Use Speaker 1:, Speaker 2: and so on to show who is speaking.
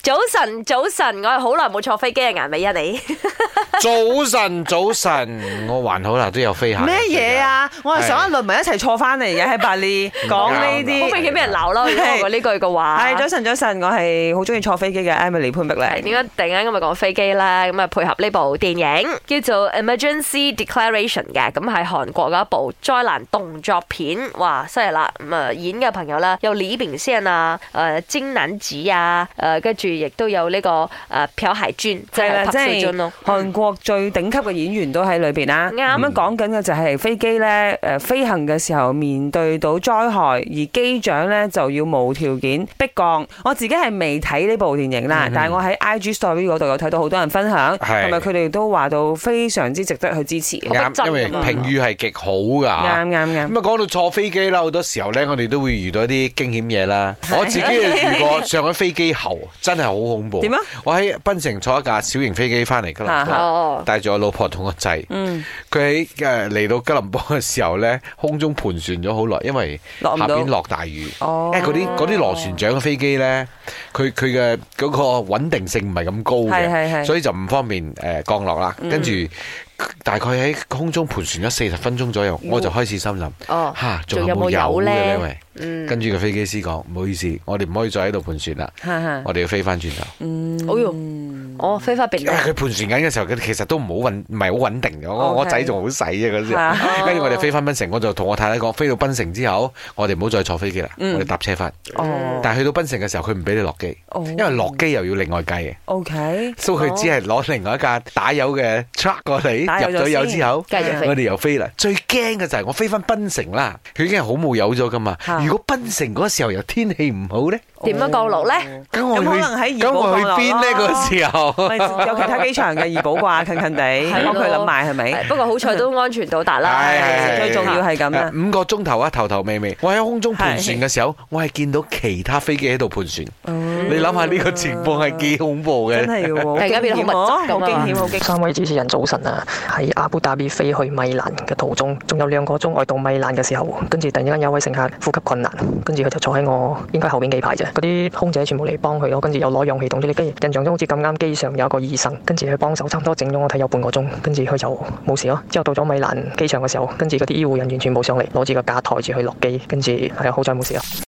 Speaker 1: 早晨，早晨，我係好耐冇坐飛機嘅顏美欣你。
Speaker 2: 早晨，早晨，我還好啦，都有飛下。
Speaker 3: 咩嘢？啊？我係上一輪咪一齊坐翻嚟嘅喺百利講呢
Speaker 1: 啊好
Speaker 3: 啲。
Speaker 1: 明顯俾人鬧咯，如果我講呢句嘅話。
Speaker 3: 係早晨，早晨，我係好中意坐飛機嘅 Emily 潘碧
Speaker 1: 係
Speaker 3: 玲。
Speaker 1: 點解啊突然間今日講飛機咧？咁啊配合呢部電影叫做《Emergency Declaration》嘅，咁係韓國嘅一部災難動作片，哇犀利啦！咁啊演嘅朋友啦，有李秉憲啊，誒、呃、金南子啊，誒跟住亦都有呢、個誒朴海俊，即
Speaker 3: 係
Speaker 1: 係
Speaker 3: 啦，
Speaker 1: 朴
Speaker 3: 即
Speaker 1: 敘俊
Speaker 3: 係
Speaker 1: 咯。嗯
Speaker 3: 韓國最頂級嘅演員都喺裏邊啦。
Speaker 1: 啱
Speaker 3: 咁樣講緊嘅就係飛機咧，誒飛行嘅時候面對到災害，而機長咧就要無條件逼降。我自己係未睇呢部電影啦，但係我喺 IG Story 嗰度有睇到好多人分享，
Speaker 2: 係啊
Speaker 3: 同埋佢哋都話到非常之值得去支持。啱
Speaker 2: 啱，因為評語係極好㗎。
Speaker 3: 啱啱。
Speaker 2: 咁啊，講到坐飛機啦，好多時候咧，我哋都會遇到一啲驚險嘢啦。我自己遇過上咗飛機後，真係好恐怖。
Speaker 3: 點啊？
Speaker 2: 我喺檳城坐一架小型飛機翻嚟吉林
Speaker 3: 啊
Speaker 2: 坡，
Speaker 1: 哦，
Speaker 2: 帶住我老婆同個仔。
Speaker 3: 嗯，
Speaker 2: 佢喺誒嚟到吉林坡嘅時候咧，空中盤旋咗好耐，因為
Speaker 3: 落唔
Speaker 2: 下
Speaker 3: 到
Speaker 2: 邊落大雨。
Speaker 3: 哦
Speaker 2: 因為嗰啲嗰啲螺旋槳嘅飛機咧，佢佢嘅嗰個穩定性唔係咁高
Speaker 3: 係係係
Speaker 2: 嘅，所以就唔方便誒降落啦。跟住大概喺空中盤旋咗四十分鐘左右，我就開始心諗
Speaker 1: 哦
Speaker 2: 嚇，仲
Speaker 1: 仲
Speaker 2: 有
Speaker 1: 有
Speaker 2: 冇
Speaker 1: 冇
Speaker 2: 油
Speaker 1: 油
Speaker 2: 嘅
Speaker 1: 咧
Speaker 2: 呢？喂，
Speaker 1: 嗯，
Speaker 2: 跟住個飛機師講：唔好意思，我哋唔可以再喺度盤旋啦，
Speaker 3: 哈哈
Speaker 2: 我哋要飛翻轉頭。
Speaker 1: 哎呦，我飛花便
Speaker 2: 因為佢盤旋緊嘅時候，佢其實都唔好穩，唔係好穩定嘅。我
Speaker 3: OK
Speaker 2: 我仔仲好細嘅嗰
Speaker 3: 啊
Speaker 2: 時，跟住我哋飛翻檳城，我就同我太太講，飛到檳城之後，我哋唔好再坐飛機啦，
Speaker 3: 嗯
Speaker 2: 我哋搭車翻。
Speaker 3: 哦
Speaker 2: 但係去到檳城嘅時候，佢唔俾你落機，
Speaker 3: 哦
Speaker 2: 因為落機又要另外計嘅，
Speaker 3: ，OK，
Speaker 2: 所以佢只係攞另外一架打油嘅 truck 過嚟，
Speaker 3: 打油
Speaker 2: 入咗油之後，
Speaker 1: 繼續飛
Speaker 2: 我哋又飛啦。最驚嘅就係我飛翻檳城啦，佢已經係好冇油咗噶嘛
Speaker 3: 啊。
Speaker 2: 如果檳城嗰時候又天氣唔好咧，
Speaker 1: 哦點樣降落咧？
Speaker 2: 咁我去
Speaker 3: 有可能喺怡
Speaker 2: 咁
Speaker 3: 保啊
Speaker 2: 我去邊咧？
Speaker 3: 降落咯
Speaker 2: 嗰時候。
Speaker 3: 咪有其他機場嘅怡保 啩，近近地
Speaker 1: 係咯
Speaker 3: 幫佢諗埋係咪？
Speaker 1: 不過好彩都安全到達啦
Speaker 2: 係，
Speaker 3: 最重要係咁啦。
Speaker 2: 誒五個鐘頭啊，頭頭尾尾，我喺空中盤旋嘅時候，我係見到其他飛機喺度盤旋。你諗下呢個情況係幾恐怖
Speaker 3: 哦真
Speaker 2: 嘅？
Speaker 3: 係嘅喎，好
Speaker 1: 突然間變得
Speaker 3: 驚險喎
Speaker 1: 好密集咁啊
Speaker 3: 好驚險，好驚
Speaker 4: 三位主持人早晨啊！喺阿布達比飛去米蘭嘅途中，仲有兩個鐘外到米蘭嘅時候，跟住突然間有一位乘客呼吸困難，跟住佢就坐喺我應該後邊幾排啫。嗰啲空姐全部嚟幫佢咯，跟住又攞氧氣筒啲。跟住印象中好似咁啱機上有一個醫生，跟住佢幫手，差唔多整咗我睇有半個鐘，跟住佢就冇事咯。之後到咗米蘭機場嘅時候，跟住嗰啲醫護人員全部上嚟，攞住個架抬住佢落機，跟住係啊好彩冇事咯。